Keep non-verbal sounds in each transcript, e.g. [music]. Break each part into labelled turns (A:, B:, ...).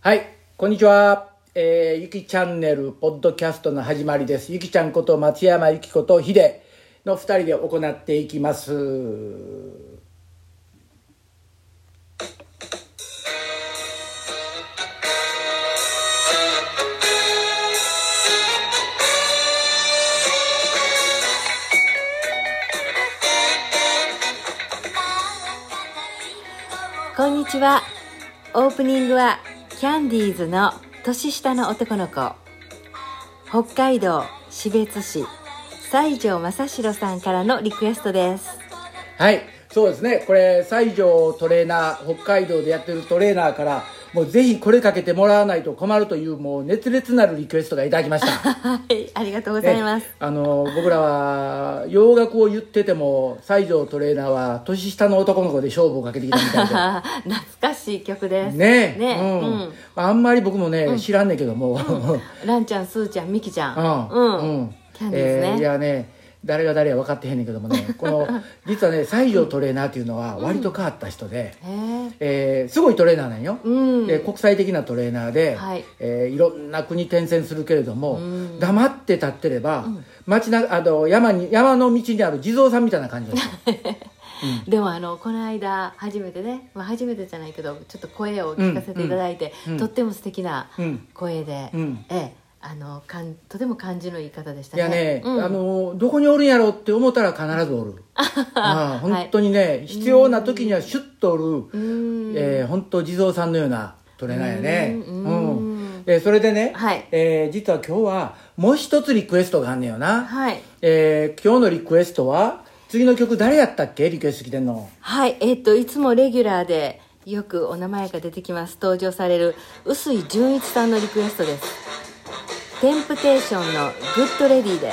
A: はい、こんにちは。えーゆきチャンネル、ポッドキャストの始まりです。ゆきちゃんこと松山ゆきことひでの二人で行っていきます。
B: こんにちはオープニングはキャンディーズの年下の男の子北海道標津市西条正弘さんからのリクエストです [laughs]
A: はい、そうですね。これ、西条トレーナー、北海道でやってるトレーナーから、もうぜひこれかけてもらわないと困るという、もう熱烈なるリクエストがいただきました。
B: はいありがとう [laughs] ございます
A: えあの僕らは洋楽を言ってても西条トレーナーは年下の男の子で勝負をかけてきたみた
B: [laughs] 懐かしい曲
A: い
B: で
A: ですねえ
B: ね
A: うん
B: うん
A: あんまり僕もね、知らんねんけどもうん
B: ランちゃんスーちゃんミキちゃん
A: うん
B: キャンディーズね
A: えーいやね誰が誰や分かってへんねんけども
B: [laughs]
A: ねこの実はね西条トレーナーっていうのは割と変わった人で、
B: へえ
A: えーすごいトレーナーなんよ、
B: うん
A: で国際的なトレーナーで、
B: はい
A: えーいろんな国転戦するけれども、
B: うん
A: 黙って立ってれば、街なあの山に山の道にある地蔵さんみたいな感じですよ
B: でもあのこの間初めてね、まあ、初めてじゃないけどちょっと声を聞かせていただいて、
A: うんうん
B: とっても素敵な
A: うん
B: 声で、
A: うん
B: ええあのかんとても感じのいい方でした
A: い
B: ね
A: やね、
B: うん
A: あのどこにおるんやろって思ったら必ずおるまあ本当にね、必要な時にはシュッとおる、
B: うーん
A: えー本当地蔵さんのようなトレーナーやね
B: うんうん
A: えーそれでね、
B: はい
A: えー実は今日はもう一つリクエストがあんねんよな、
B: はい
A: えー今日のリクエストは次の曲誰やったっけリクエスト来てんの
B: はいえっといつもレギュラーでよくお名前が出てきます登場される臼井純一さんのリクエストですテンプテーションの「グッドレディ」で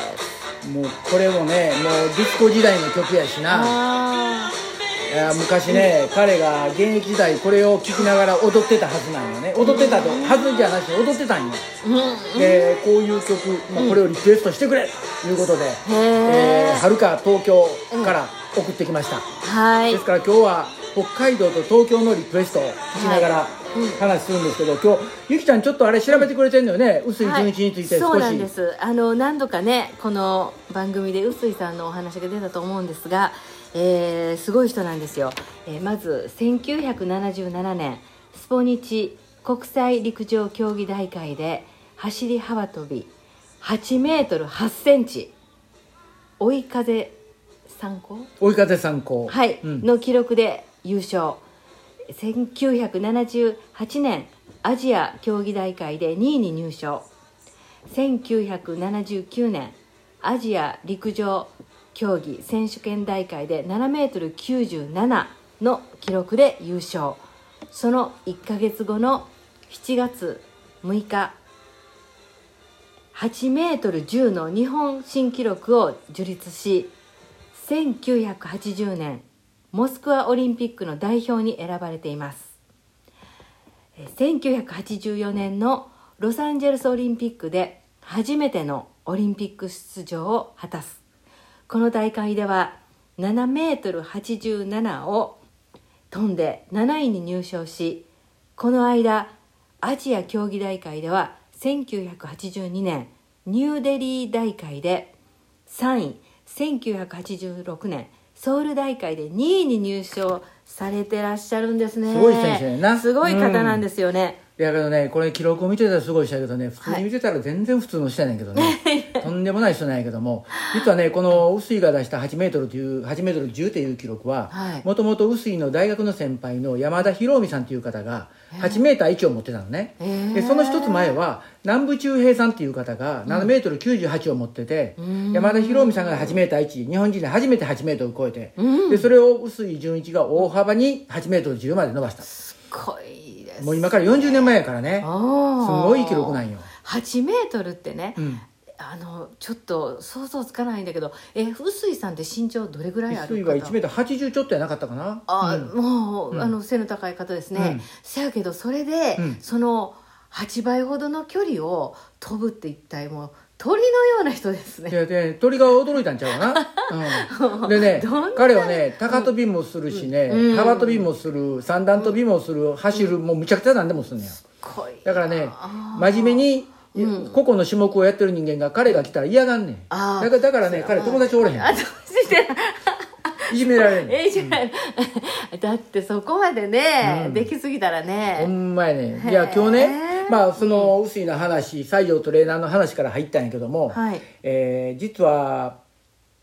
B: す
A: もうこれもねもうディスコ時代の曲やしな
B: あ
A: いや昔ね彼が現役時代これを聴きながら踊ってたはずなんよね踊ってたとはずじゃなしに踊ってたんよ
B: あうん
A: でこういう曲、まあ、これをリクエストしてくれということで、えー
B: へえ
A: はるか東京から送ってきました、
B: はい
A: ですから今日は北海道と東京のリクエストを聞きながら
B: いうん
A: 話するんですけど、今日ゆきちゃんちょっとあれ調べてくれてるのよね臼井純一について少し、
B: はい、そうなんですあの何度かねこの番組で臼井さんのお話が出たと思うんですが、えーすごい人なんですよ、えーまず1977年スポニチ国際陸上競技大会で走り幅跳び8メートル8センチ追い風参考
A: 追い風参考
B: はい、
A: うん
B: の記録で優勝1978年アジア競技大会で2位に入賞1979年アジア陸上競技選手権大会で7メートル97の記録で優勝その1ヶ月後の7月6日8メートル10の日本新記録を樹立し1980年モスクワオリンピックの代表に選ばれていますえー1984年のロサンゼルスオリンピックで初めてのオリンピック出場を果たすこの大会では7メートル87を飛んで7位に入賞しこの間アジア競技大会では1982年ニューデリー大会で3位1986年ソウル大会で2位に入賞されてらっしゃるんですね
A: すごい選手やな
B: すごい方なんですよね、
A: いやけどねこれ記録を見てたらすごい人やけどね普通に見てたら全然普通の人やねんけど [laughs] ね、とんでもない人なんやけども実はねこの臼井が出した8メートルという8メートル10という記録は
B: はい
A: もともと臼井の大学の先輩の山田博美さんという方が8メーター1を持ってたのね、
B: へー
A: でその一つ前は南部中平さんという方が7メートル98を持ってて、山田博美さんが8メーター1日本人で初めて8メートルを超えて、でそれを臼井純一が大幅に8メートル10まで伸ばした
B: 濃いです
A: もう今から40年前やからねす
B: す
A: ごい記録なんよ
B: 8メートルってね、
A: ん
B: あのちょっと想像つかないんだけどえ臼井さんって身長どれぐらいあ
A: 薄
B: る
A: いは1メートル80ちょっとやなかったかな
B: あ、
A: うん
B: もう、あの背の高い方ですね、
A: うん
B: せやけどそれで、
A: うん
B: その8倍ほどの距離を飛ぶって一体もう鳥のような人ですね
A: でで鳥が驚いたんちゃう
B: [laughs]
A: かな、うん、でね
B: どんな
A: 彼はね高跳びもするしね、
B: うん
A: 幅跳びもする三段跳びもする、走るもうむちゃくちゃなんでもするのよ
B: こいい
A: だからね
B: あー
A: 真面目に個々の種目をやってる人間が彼が来たら嫌がんねんだ
B: あー
A: からだからね
B: そう
A: 彼友達おれへん
B: あどうして
A: いじめられんねん
B: えじゃあだってそこまでね、
A: うん
B: できすぎたら
A: ほ
B: ね
A: んまやね
B: へー
A: いや今日ねまあその薄いな話西洋トレーナーの話から入ったんやけども、
B: はい
A: えー実は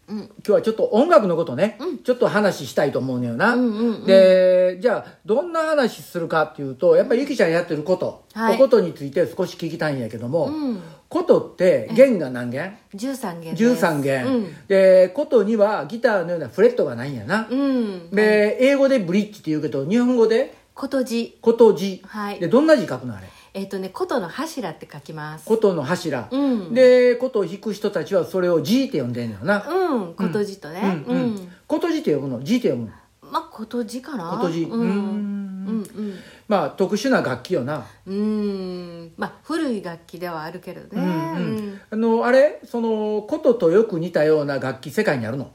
B: うん
A: 今日はちょっと音楽のことね、ちょっと話したいと思うのよな、
B: うんうんうん
A: でじゃあどんな話するかっていうとやっぱりゆきちゃんやってること、
B: はい
A: おことについて少し聞きたいんやけども、
B: うん
A: ことって弦が何弦
B: 13弦です
A: ?13 弦、でことにはギターのようなフレットがないんやな、
B: うん、うん、
A: で英語でブリッジって言うけど日本語で
B: ことじ
A: こと字、
B: はい
A: でどんな字書くのあれ
B: えっ、とねことの柱って書きます
A: 琴の柱、
B: うん
A: で琴を弾く人たちはそれを「G」って呼んでんのよな、
B: うんことじとね
A: うんうん琴字って呼ぶの「G」って呼ぶの
B: まあことじかな
A: 琴字
B: う
A: うー
B: んう
A: ん
B: んうん
A: まあ特殊な楽器よな、
B: うんまあ古い楽器ではあるけどね、
A: うんうん
B: うん
A: あのあれその琴とよく似たような楽器世界にあるの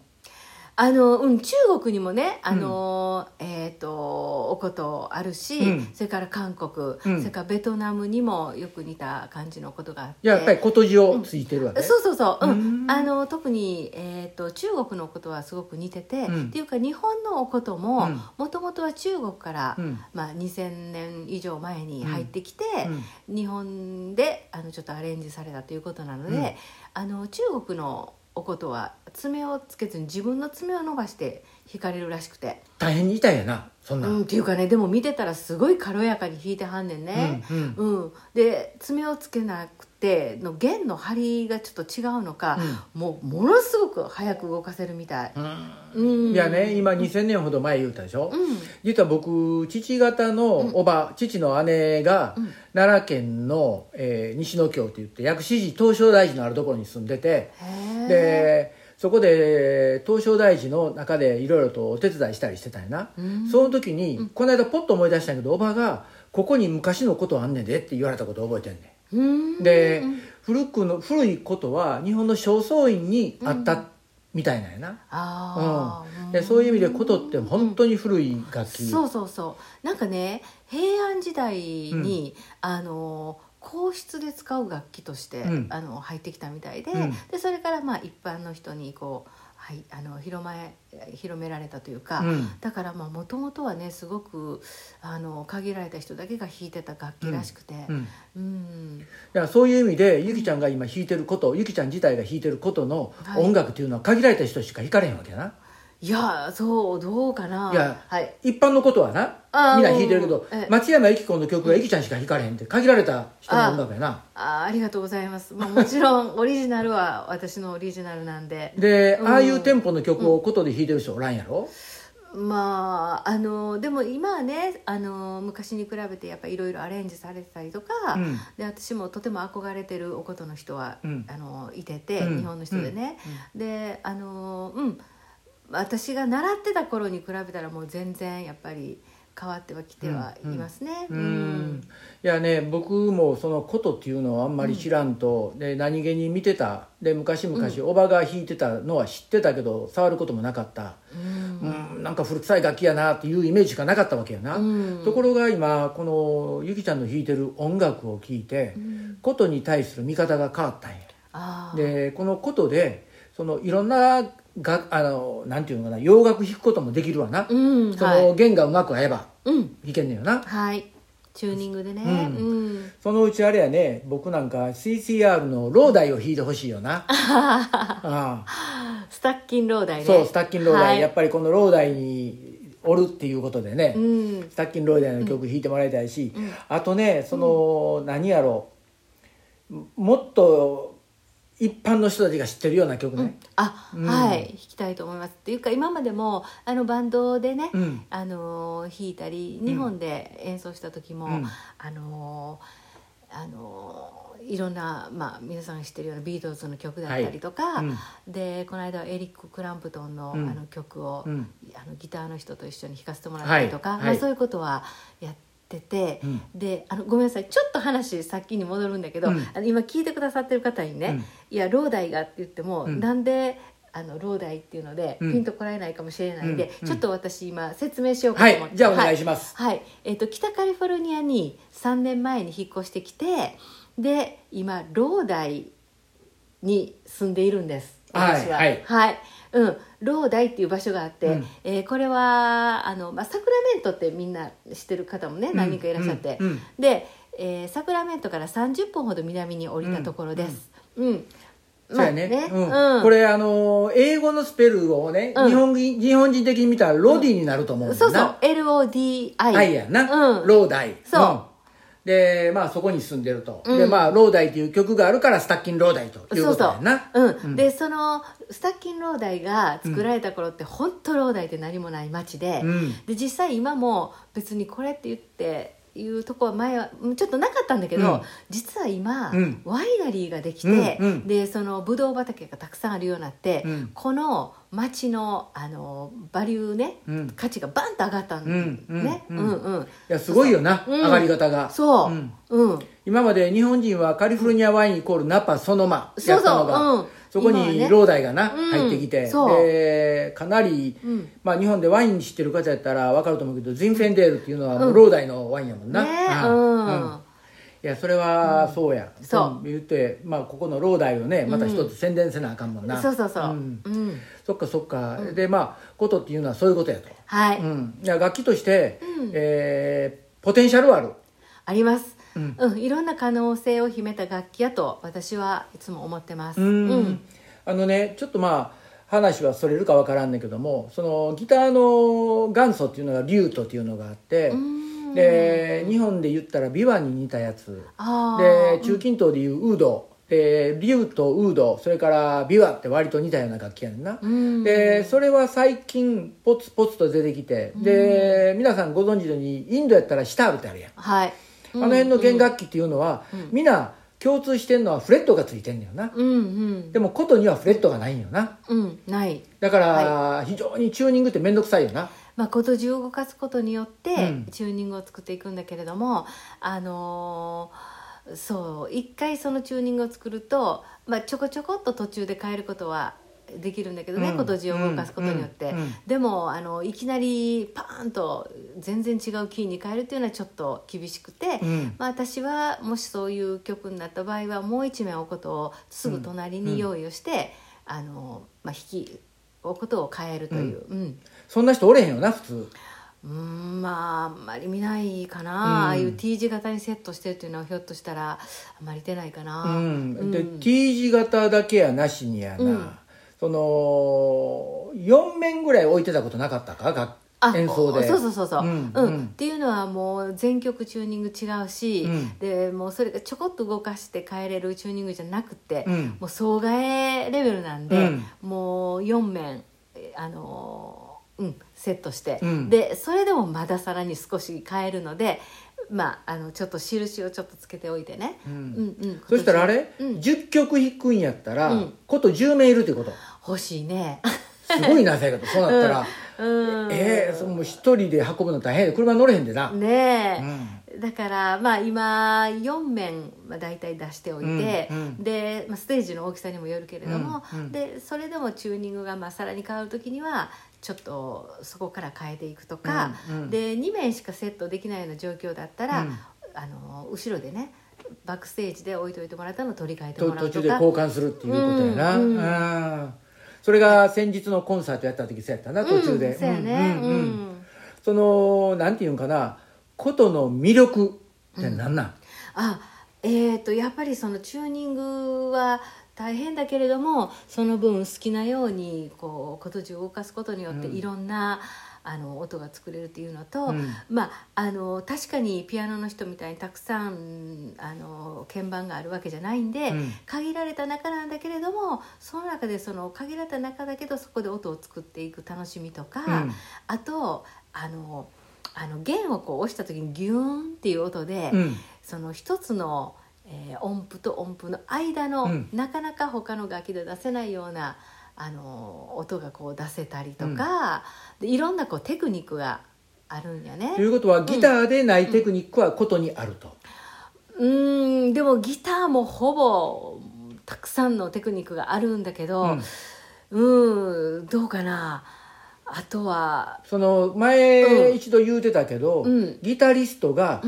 B: あのうん、中国にもねあの、えっ、とおことあるし、
A: うん
B: それから韓国、
A: うん
B: それからベトナムにもよく似た感じのことがあって
A: じゃあやっぱり琴字をついてるわけ、
B: そうそうそう、うん
A: うん
B: あの特に、えー、と中国のことはすごく似てて、
A: うん
B: っていうか日本のおことも
A: うん
B: もともとは中国から、
A: うん
B: まあ、2000年以上前に入ってきて、
A: う
B: 日本であのちょっとアレンジされたということなので、
A: うん
B: あの中国のおことは爪をつけずに自分の爪を伸ばして弾かれるらしくて、
A: 大変に痛いやなそんな
B: うん、っていうかねでも見てたらすごい軽やかに弾いてはんねんね、
A: うんうん
B: うん、で爪をつけなくての弦の張りがちょっと違うのか、もうものすごく早く動かせるみたい、うん、
A: いやね今2000年ほど前言うたでしょ、
B: うん
A: 実は僕父方のおば、父の姉が、奈良県の、えー西野京って言って薬師寺東照大寺のあるところに住んでて
B: へえ
A: でそこで東照大寺の中でいろいろとお手伝いしたりしてたんやな、その時に、この間ポッと思い出したんやけどおばが「ここに昔のことあんねんで」って言われたことを覚えてんねん
B: うん
A: で、古くの古いことは日本の正倉院にあったみたいなんやな、
B: ああ、
A: うん、でそういう意味で琴って本当に古い楽器、
B: そうそうそうなんかね平安時代に、あの皇室で使う楽器として、
A: うん
B: あの入ってきたみたいで,、
A: うん
B: でそれからまあ一般の人にこう、はい、あの広まえ広められたというか、
A: うん
B: だからもともとはねすごくあの限られた人だけが弾いてた楽器らしくて、
A: うん、い
B: うん
A: やそういう意味でゆきちゃんが今弾いてることゆきちゃん自体が弾いてることの
B: はい
A: 音楽っていうのは限られた人しか弾かれへんわけやな、
B: いやそうどうかない
A: や
B: はい、
A: 一般のことはな
B: あー
A: みんな弾いてるけど
B: うんええ
A: 松山由紀子の曲がゆきちゃんしか弾かれへんって限られた人の音楽やな
B: あありがとうございます、まあ、もちろんオ [laughs] リジナルは私のオリジナルなんで
A: で
B: うん
A: ああいうテンポの曲を琴で弾いてる人おらんやろ、
B: まああのでも今はねあの昔に比べてやっぱいろいろアレンジされてたりとか、
A: うん
B: で私もとても憧れてるおことの人は、
A: うん
B: あのいてて、
A: うん
B: 日本の人でね、であのうん私が習ってた頃に比べたらもう全然やっぱり変わってはきてはいますね。
A: うんいやね僕もその琴っていうのをあんまり知らんと、で何気に見てたで昔々おばが弾いてたのは知ってたけど触ることもなかった、うんなんか古臭い楽器やなっていうイメージしかなかったわけよな、
B: うん
A: ところが今このゆきちゃんの弾いてる音楽を聴いて、琴に対する見方が変わったんや
B: あー
A: でこのことでそのいろんながあのなんていうのかな洋楽弾くこともできるわな、
B: うん
A: そ
B: は
A: の
B: い、
A: 弦がうまく合えば
B: うん
A: 弾けんのよな、
B: はい、チューニングでね、
A: うん
B: うん
A: そのうちあれやね僕なんか CCR のローダイを弾いてほしいよ
B: [laughs]
A: なああ
B: スタッキンローダイね
A: そうスタッキンローダイ、
B: はい
A: やっぱりこのローダイにおるっていうことでね、
B: うん
A: スタッキンローダイの曲弾いてもらいたいし、あとねその、何やろもっと一般の人たちが知ってるような曲ね、
B: あ、
A: うん
B: はい弾きたいと思いますっていうか今までもあのバンドでね、
A: うん
B: あのー弾いたり日本で演奏した時も、
A: うん
B: あのーあのーいろんな、まあ、皆さんが知ってるようなビートルズの曲だったりとか、
A: はいうん
B: でこの間はエリック・クランプトンの,、
A: うん
B: あの曲を、
A: うん
B: あのギターの人と一緒に弾かせてもらったりとか、
A: はい
B: ま
A: は
B: あ、
A: い
B: そういうことはやってて、
A: うん
B: であのごめんなさいちょっと話先に戻るんだけど、
A: うん
B: あの今聞いてくださってる方にね、
A: うん
B: いや、老大がって言っても、
A: ん
B: なんで、あの老代っていうので、
A: うん
B: ピンとこられないかもしれないんで、
A: うん
B: ちょっと私今説明しようか
A: は
B: と思っ
A: い
B: て、
A: じゃあお願いします、
B: はい、はいえっと北カリフォルニアに3年前に引っ越してきてで今ローダイに住んでいるんです
A: はい
B: 私は
A: はい
B: うん、ローダイっていう場所があって、
A: うん
B: えーこれはあの、まあ、サクラメントってみんな知ってる方もね何人かいらっしゃって、
A: うんうん
B: で、えーサクラメントから30分ほど南に降りたところです、うん
A: そうやね,、
B: ま
A: うんこれあのー英語のスペルをね、
B: うん
A: 日本人日本人的に見たらロディになると思うんだ
B: そう
A: よな、
B: そう LODI
A: ダイやな、
B: うん、
A: ローダイ
B: そうん
A: でまあそこに住んでると、
B: うん
A: でまあローダイっていう曲があるからスタッキンローダイという
B: そ
A: こ
B: う
A: と
B: そ
A: や
B: う
A: な、
B: うん
A: うん
B: でそのスタッキンローダイが作られた頃って本当ローダイって何もない町で、
A: うん
B: で実際今も別にこれって言っていうとこは前はうんちょっとなかったんだけど、
A: うん
B: 実は今、
A: うん
B: ワイナリーができて、
A: うんうん
B: でそのブドウ畑がたくさんあるようになって、
A: うん
B: この町のあのバリューね、
A: うん
B: 価値がバンと上がったん
A: うん
B: ね、
A: う
B: うんん
A: う
B: うんん
A: いやすごいよな、
B: うん
A: 上がり方が
B: そう、
A: うん
B: うん
A: 今まで日本人はカリフォルニアワインイコールナパそのま
B: そ
A: や
B: う
A: っ
B: そ
A: たの
B: う、
A: が
B: うん、
A: そこ
B: 今は
A: に
B: ね
A: ローダイがな、
B: うん
A: 入ってきて
B: そう
A: でかなり、
B: うん
A: まあ、日本でワイン知ってる方やったら分かると思うけどジンフェンデールっていうのはもううんローダイのワインやもんな、
B: ね
A: ああ
B: うん
A: いやそれはそうや、
B: そう
A: 言って、まあ、ここのローダイをねまた一つ宣伝せなあかんもんな、
B: そうそうそう、うん
A: んそっかそっか、でまあことっていうのはそういうことやと、
B: はい、
A: うん、いや楽器として、えーポテンシャルはある
B: あります、
A: う
B: うんんいろんな可能性を秘めた楽器やと私はいつも思ってます
A: うん
B: うん
A: あのねちょっとまあ話はそれるかわからんねんけどもそのギターの元祖っていうのがリュートっていうのがあって、
B: うん
A: で日本で言ったら琵琶に似たやつ
B: あー
A: で中近東でいうウードでリュートウードそれから琵琶って割と似たような楽器やねんな、
B: うん
A: でそれは最近ポツポツと出てきて、で皆さんご存知のようにインドやったらシタールってあるやん、
B: はい
A: あの辺の弦楽器っていうのは、皆共通してんのはフレットがついてんだよな、
B: うんうん
A: でも琴にはフレットがないんよな
B: うんない
A: だから、非常にチューニングって面倒くさいよな
B: まあ、ことじを動かすことによって
A: うん
B: チューニングを作っていくんだけれども、あのーそう一回そのチューニングを作ると、まあ、ちょこちょこっと途中で変えることはできるんだけどね、
A: うん
B: ことじを動かすことによって、
A: うんうん
B: でもあのいきなりパーンと全然違うキーに変えるっていうのはちょっと厳しくて、
A: うん
B: まあ、私はもしそういう曲になった場合はもう一面おことをすぐ隣に用意をして、あのまあ、弾きおことを変えるという。うん
A: そんな人おれへんよな普通
B: うーんまああんまり見ないかな、
A: うん
B: ああいう T 字型にセットしてるっていうのはひょっとしたらあんまり出ないかな、
A: うん、
B: う
A: で
B: ん
A: T 字型だけやなしにやな、
B: うん
A: その4面ぐらい置いてたことなかったか
B: あ
A: 楽演奏で
B: そうそうそうそう、
A: う
B: うんん
A: うん
B: っていうのはもう全曲チューニング違うし、
A: うん
B: でもうそれがちょこっと動かして変えれるチューニングじゃなくて、
A: うん
B: もう総替えレベルなんで、
A: うん
B: もう4面えあのーうんセットして、
A: うん
B: でそれでもまださらに少し変えるのでまああのちょっと印をちょっとつけておいてね、
A: う
B: うんんうん
A: そしたらあれ、
B: うん
A: 10曲弾くんやったら、
B: うん
A: こと10名いるってこと
B: 欲しいね
A: すごいなせやけ
B: [laughs]
A: どそうなったら、
B: うん
A: ええその一人で運ぶの大変やで車乗れへんでな、
B: ねえ、
A: うん
B: だからまあ今4面まあ大体出しておいて、
A: うんうん
B: で、まあ、ステージの大きさにもよるけれども、
A: うんうん
B: でそれでもチューニングがまあさらに変わる時にはちょっとそこから変えていくとか、
A: うんうん
B: で2面しかセットできないような状況だったら、
A: うん
B: あの後ろでねバックステージで置いといてもらったのを取り替えて
A: と
B: もら
A: 途
B: うと
A: 中で
B: か
A: 交換するっていうことやな、
B: うんうん
A: あーそれが先日のコンサートやった時そうやったな途中で、
B: うん、そうやね、
A: うん
B: う
A: うんうん
B: ん
A: そのなんていうんかなことの魅力ってなんなん、
B: あえー、とやっぱりそのチューニングは大変だけれどもその分好きなようにこう琴銃を動かすことによって
A: うん
B: いろんな、あの音が作れるっていうのと、
A: うん
B: まあ、あの確かにピアノの人みたいにたくさんあの鍵盤があるわけじゃないんで、
A: うん
B: 限られた中なんだけれどもその中でその限られた中だけどそこで音を作っていく楽しみとか、
A: うん
B: あとあのあの弦をこう押した時にギューンっていう音で。
A: うん
B: その一つの、えー音符と音符の間の、
A: うん
B: なかなか他の楽器で出せないようなあのー音がこう出せたりとか、でいろんなこうテクニックがあるんやね
A: ということはギターでないテクニックはことにあると、
B: うーんでもギターもほぼたくさんのテクニックがあるんだけど、
A: うん
B: うんどうかなあとは
A: その前
B: うん
A: 一度言うてたけど、
B: うん
A: ギタリストが、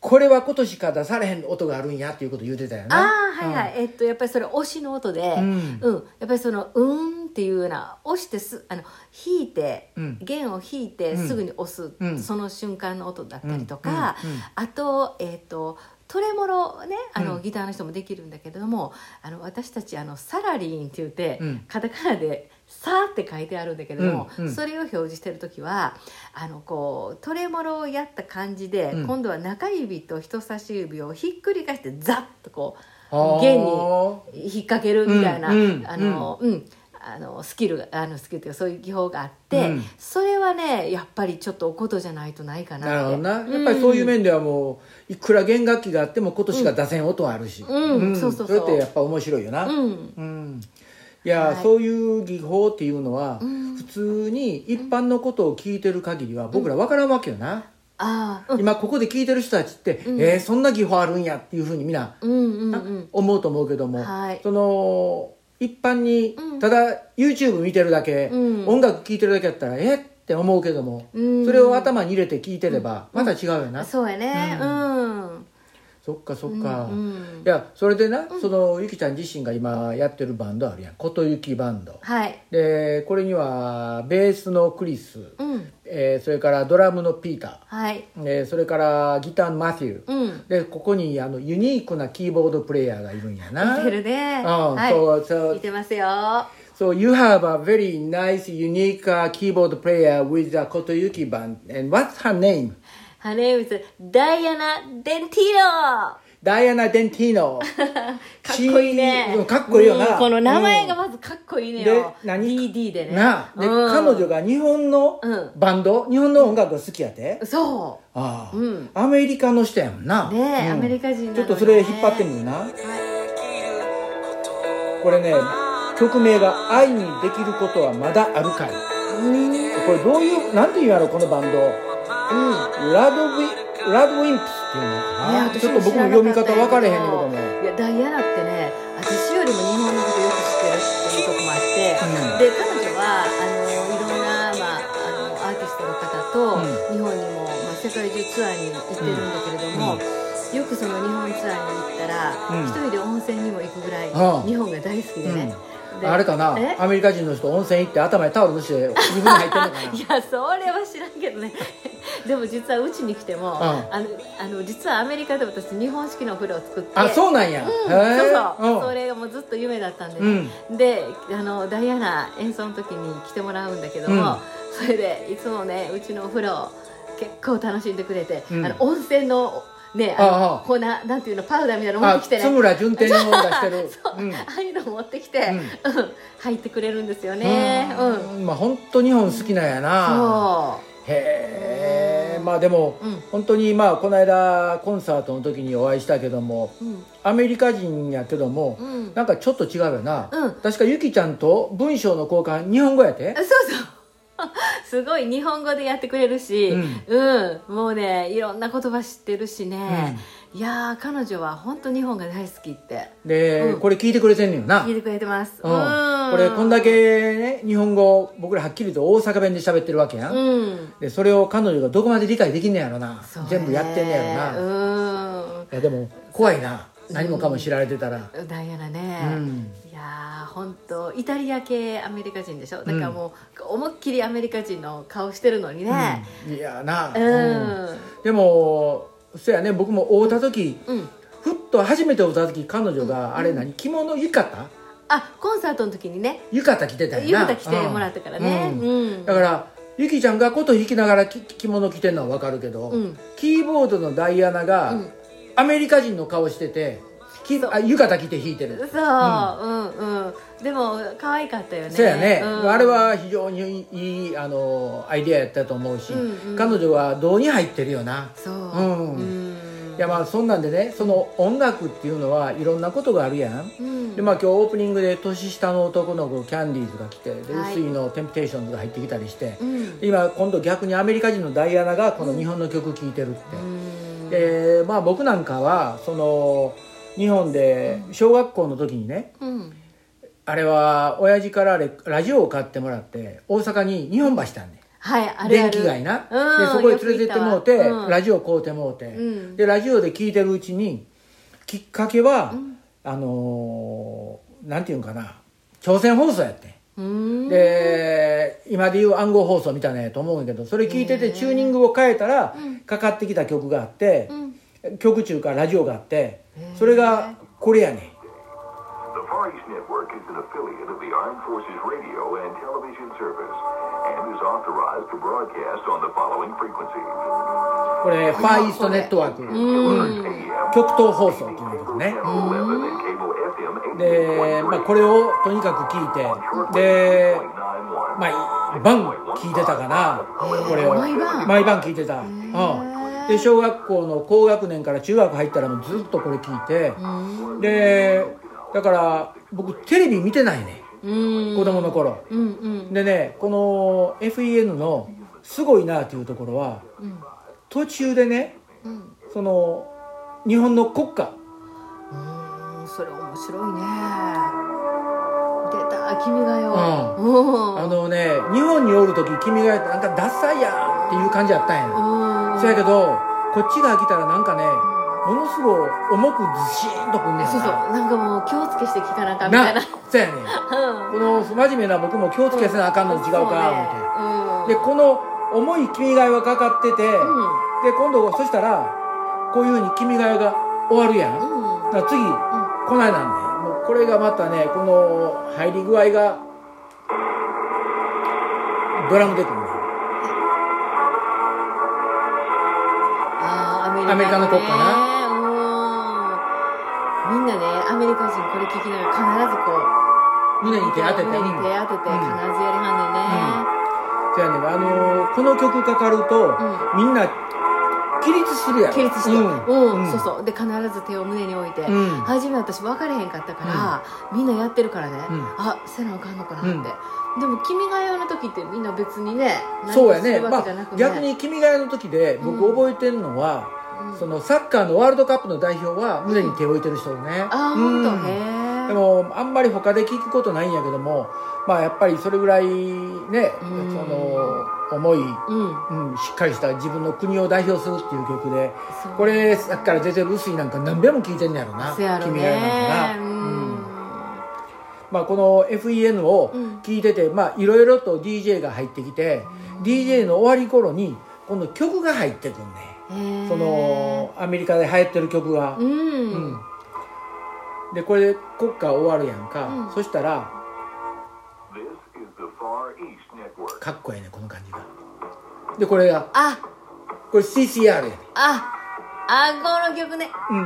A: これは今年か出されへん音があるんやっていうこと言うてたよね
B: ああはいはい、えっとやっぱりそれ押しの音で、
A: うん
B: やっぱりその「うーん」っていうような押してすあの弾いて、
A: うん
B: 弦を弾いて
A: うん
B: すぐに押す、
A: うん
B: その瞬間の音だったりとか、
A: うんうんうん
B: あとえっとトレモロねあの、
A: うん
B: ギターの人もできるんだけれどもあの私たちあのサラリーンって言って、
A: うん
B: カタカナで「さ」って書いてあるんだけれども、
A: うんうん
B: それを表示してる時はあのこうトレモロをやった感じで、
A: うん
B: 今度は中指と人差し指をひっくり返してザッとこう
A: あー
B: 弦引っ掛けるみたいな、
A: うんうん
B: あのうん、あのスキルがあのスキルっていうかそういう技法があって、
A: うん
B: それはねやっぱりちょっとおことじゃないとないか
A: なる
B: な
A: ほ
B: って
A: どなやっぱりそういう面ではもういくら弦楽器があっても今年が出せん音はあるし、
B: うんうんそうそうそう
A: れってやっぱ面白いよな、
B: うん、うん
A: うんいや、
B: はい
A: そういう技法っていうのは、
B: うん
A: 普通に一般のことを聞いてる限りは僕ら分からんわけよな、
B: ああうん
A: 今ここで聞いてる人たちって、
B: うん
A: えーそんな技法あるんやっていうふうにみんな
B: うんうんうん
A: 思うと思うけども、
B: はい
A: その一般に
B: うん
A: ただ YouTube 見てるだけ、
B: うん
A: 音楽聴いてるだけやったらえっって思うけども、
B: うん
A: それを頭に入れて聞いてればまた違うよな、
B: そうやね
A: う
B: うん、うん
A: そっかそっか、
B: うん
A: いやそれでな、そのゆきちゃん自身が今やってるバンドあるやんことゆきバンド
B: はい
A: でこれにはベースのクリス、
B: うん
A: えーそれからドラムのピータ
B: はい
A: ー、えーそれからギターのマティュー、
B: うん
A: でここにあのユニークなキーボードプレイヤーがいるんやな
B: 似てるね
A: うん
B: はい
A: そうそう
B: 似てますよ
A: So you have a very nice, unique uh, keyboard player with the Kotoyuki band. And what's her name?
B: ハネウスダイアナ・デンティーロ
A: Diana Dentino.
B: かっこいい
A: し
B: ね
A: かっこいいよな
B: うんこの名前がまずかっこいいね
A: で
B: よ、
A: 何
B: DD [laughs] でね
A: なあで、
B: うん
A: 彼女が日本の
B: うん
A: バンド、日本の音楽が好きやて。
B: そ
A: ああ、
B: うん
A: アメリカの人やもんな。
B: うねえ、
A: うん
B: アメリカ人なのにね
A: ちょっとそれ引っ張ってみるな。
B: は
A: これね、曲名が愛にできることはまだあるかい。これどういう、なんていうんやろ、このバンド。うん、ラドウィ、ラドウィンプスっていうの
B: いね
A: かな。
B: 私
A: ちょっと僕も
B: 知らな
A: 読み
B: かった
A: 方分かれへんねんけども。
B: いやダイアナってね私よりも日本のことよく知ってるっていうとこもあって、
A: うん
B: で彼女はあのいろんな、まあ、あのアーティストの方と、
A: う
B: 日本にも、まあ、世界中ツアーに行ってるんだけれども、
A: うん
B: よくその日本ツアーに行ったら、
A: うん
B: 一人で温泉にも行くぐらい、
A: ああ
B: 日本が大好きでね、で
A: あれかな
B: え
A: アメリカ人の人温泉行って頭にタオルのして
B: [laughs]
A: 日本に入ってんのか
B: いやそれは知らんけどね [laughs] でも実はうちに来ても、
A: ん
B: あのあの実はアメリカで私日本式のお風呂を作って
A: なあそうなんや、
B: うん
A: へえ
B: そうそう、
A: ん
B: それがもうずっと夢だったんで、ねであのダイアナ演奏の時に来てもらうんだけども、
A: うん
B: それでいつもねうちのお風呂結構楽しんでくれて、
A: うん
B: あの温泉のねあの
A: ああ
B: 粉なんていうのパウダーみたいなの持っ
A: あ
B: てきてね
A: 津村順天の出してる
B: [laughs] そう
A: うん
B: ああいうの持ってきて、うん入ってくれるんですよねうん、
A: うんまあ本当日本好きなんやな
B: そ
A: へえまあでも、
B: うん
A: 本当にまあこの間コンサートの時にお会いしたけども
B: ううん
A: アメリカ人やけども、
B: うん
A: なんかちょっと違うよな、
B: うん
A: 確かゆきちゃんと文章の交換日本語やて
B: そうそうすごい日本語でやってくれるし、
A: うん
B: うんもうねいろんな言葉知ってるしね、いやー彼女は本当日本が大好きって
A: で、
B: うん
A: これ聞いてくれてんのよな
B: 聞いてくれてます、
A: う
B: うん
A: ん、これこんだけね日本語僕らはっきりと大阪弁で喋ってるわけやん、
B: うん
A: でそれを彼女がどこまで理解できんねやろな
B: そうね
A: 全部やってんねやろな、い
B: うん
A: やでも怖いな何もかも知られてたら
B: ダイアナね、
A: うん
B: いやー本当イタリア系アメリカ人でしょだからもう、思いっきりアメリカ人の顔してるのにね
A: いやな、
B: うん、
A: でもそやね僕も会うた時、
B: うん
A: ふっと初めて会うた時彼女が、あれ何着物浴衣
B: あコンサートの時にね
A: 浴衣着てたよな
B: 浴衣着てもらったからね
A: うん
B: うん
A: だからゆきちゃんが琴弾きながらき着物着てるのはわかるけど、
B: うん
A: キーボードのダイアナが、
B: うん
A: アメリカ人の顔しててき
B: そう
A: あ浴衣着て弾いてる、
B: そう、うん、うんでも可愛かったよね
A: そうやね、
B: うん
A: あれは非常にいいあのアイデアやったと思うし、
B: うんうん
A: 彼女は胴に入ってるよな、
B: そう
A: う
B: うんん
A: いやまあそんなんでねその音楽っていうのはいろんなことがあるやん、
B: うん
A: でまあ今日オープニングで年下の男の子キャンディーズが来てで
B: はい
A: 薄いのテンプテーションズが入ってきたりして、
B: うん
A: で今今度逆にアメリカ人のダイアナがこの日本の曲聴いてるって、
B: うん
A: でまあ僕なんかはその日本で小学校の時にね
B: うん
A: あれは親父からレラジオを買ってもらって大阪に日本橋したんで、
B: はいあるあ
A: 電
B: る
A: 気街な、
B: うん
A: でそこへ連れてってもうて、
B: よく行ったわうん
A: ラジオ買うてもうて、
B: うん
A: でラジオで聞いてるうちにきっかけは、あのーなんていうんかな朝鮮放送やってん
B: うーん
A: で今でいう暗号放送みたいなやと思うんやけどそれ聞いててチューニングを変えたらかかってきた曲があって、
B: ん
A: 曲中からラジオがあってそれがこれやねん
C: The Voice Network is an affiliate of the Armed Forces Radio and Television Service and is authorized to broadcast on the following frequencies.
A: これファーイーストネットワーク、極東放送っていうんだけどね、
C: Channel 11 and cable
A: で、
C: FM
A: まあ、これをとにかく聞いてで、
C: 88.91.
A: まあ、晩聞いてたかなこれを
B: 毎晩
A: 毎晩聞いてた、うん、で小学校の高学年から中学入ったらもうずっとこれ聞いてでだから僕テレビ見てないね
B: うん
A: 子供の頃
B: うんうん
A: でねこの FEN のすごいなっていうところは、途中でね、その日本の国歌
B: うんそれ面白いね出た君がよ
A: う
B: うん
A: あのね日本におる時君がなんかダサいやんっていう感じやったんや、
B: うん
A: そやけどこっちが来たらなんかねものすごい重くずしーんとくんねんな
B: そうそうなんかもう気をつけして聞かなあかんみたいな
A: なそうやねん
B: うん
A: この真面目な僕も気をつけせなあかんの違うか思
B: そう
A: っ
B: ね
A: てでこの重い君が代はかかってて、で今度そしたらこういうふうに君が代が終わるやん、
B: うんうん
A: だから次、こないなんでもうこれがまたねこの入り具合がドラムでくるね
B: あーア
A: アメリカの国歌な
B: なみんなねアメリカ人これ聞きながら必ずこう
A: 胸に手当てて
B: 胸に手当てて
A: うん
B: 必ずやりは
A: じゃあね、あのーこの曲かかると、みんな起立するやろ
B: んね起立して
A: うん
B: うん
A: ん
B: そうそうで必ず手を胸に置いて
A: うん
B: 初め私分かれへんかったからみんなやってるからね
A: うん
B: あせなあかんのかな
A: うん
B: ってでも「君が代」の時ってみんな別にね
A: そうやね
B: 何
A: ま
B: もするわけじゃ
A: あ
B: なくね
A: 逆に「君が代」の時で僕覚えてるのは、そのサッカーのワールドカップの代表は胸に手を置いてる人ね、
B: ああ
A: う
B: ほ
A: ん
B: んとへ
A: で
B: え
A: もあんまり他で聞くことないんやけどもまあやっぱりそれぐらいね、
B: ん
A: その思い、
B: うん
A: うん、しっかりした自分の国を代表するっていう曲で
B: そう
A: これさっきから出てる薄いなんか何べんも聞いてんねやろな
B: せやろ
A: 君が代なん
B: ね
A: か
B: う
A: な、うん
B: ん
A: まあ、この FEN を聞いててまあいろいろと DJ が入ってきて、DJ の終わり頃に今度曲が入ってくんね、
B: へえ
A: そのアメリカで流行ってる曲が、
B: うん
A: でこれで国歌終わるやんか、そしたら
C: This is the Far East Network.
A: かっこええねこの感じがでこれが
B: あ
A: これ CCR やね
B: ああこの曲ね
A: うん
B: あ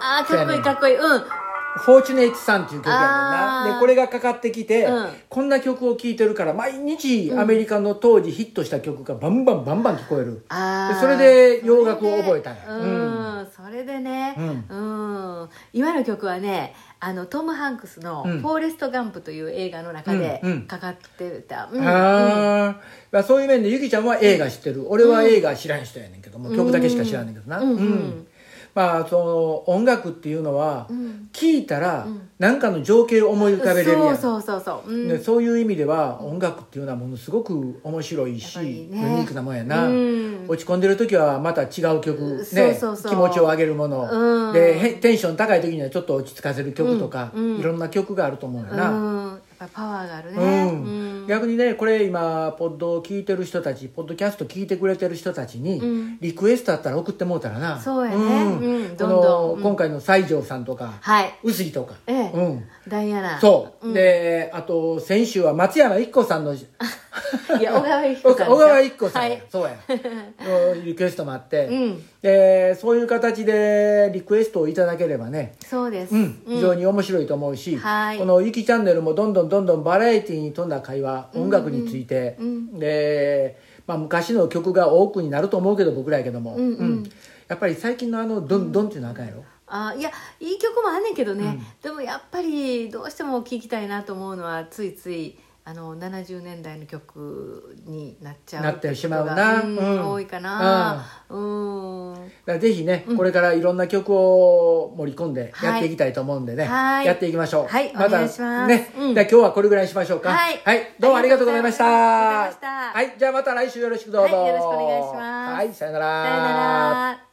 B: ーあーかっ
A: そ
B: こいい
A: うやね
B: かっこいいうん
A: 「フォーチュネイトさん」っていう曲やねん
B: あ
A: な
B: ー
A: でこれがかかってきて、
B: うん
A: こんな曲を聴いてるから毎日アメリカの当時ヒットした曲がバンバンバンバン聞こえる、
B: あー
A: それで洋楽を覚えたんや
B: それでうんそれでね
A: う
B: うん、今の曲はねあのトム・ハンクスの「フ
A: うん
B: ォーレスト・ガンプ」という映画の中で
A: うんうん
B: かかってた、うん
A: あーまあ、そういう面でゆきちゃんは映画知ってる俺は映画知らん人やねんけども、曲だけしか知らんねんけどな、
B: うんうん
A: まあその音楽っていうのは聴いたら何かの情景を思い浮かべれるやん、
B: そうそうそうそう、うん
A: でそういう意味では音楽っていうのはものすごく面白いし、
B: やっぱりね
A: ユニークなもんやな、
B: うん
A: 落ち込んでる時はまた違う曲、ね
B: そうそうそう
A: 気持ちを上げるもの、
B: うん
A: でへテンション高い時にはちょっと落ち着かせる曲とか、いろんな曲があると思うんや
B: うん
A: な、
B: やっぱパワーがあるね、
A: うん
B: うん
A: 逆にねこれ今ポッドを聞いてる人たちポッドキャスト聞いてくれてる人たちに、リクエストあったら送ってもうたらな
B: そうやねうん
A: こ
B: どんどん
A: の
B: うん
A: 今回の西条さんとか
B: はい
A: 臼井とか、
B: ええ
A: うん
B: ダイアナ
A: そう、であと先週は松山一子さんの
B: [laughs] いや小川一
A: 小
B: 子さん
A: 川一子さんや、
B: はい
A: そう
B: [laughs]
A: やのリクエストもあって、
B: うん
A: でそういう形でリクエストをいただければね
B: そうです、
A: うん、非常に面白いと思うし、
B: はい
A: この「ゆきチャンネル」もどんどんどんどんバラエティに富んだ会話音楽について、で、まあ、昔の曲が多くになると思うけど僕らやけども、
B: んうん
A: やっぱり最近のあの「ドンドン」っていうのはあかんやろ、
B: あいやいい曲もあんねんけどね、でもやっぱりどうしても聴きたいなと思うのはついついあの70年代の曲になっちゃう
A: なってしまうな
B: うん
A: うん
B: 多いかなうん
A: だからぜひね、これからいろんな曲を盛り込んで
B: はい
A: やっていきたいと思うんでね、
B: はい
A: やっていきましょう。
B: はい
A: また
B: お願いします
A: ね、
B: うん
A: じゃあ今日はこれぐらいにしましょうか。
B: はい
A: どうもありがとうございました。
B: ありがとうございました
A: はい、じゃあまた来週よろしくどうぞ。
B: はいよろしくお願いします
A: はい、さよなら。
B: さよなら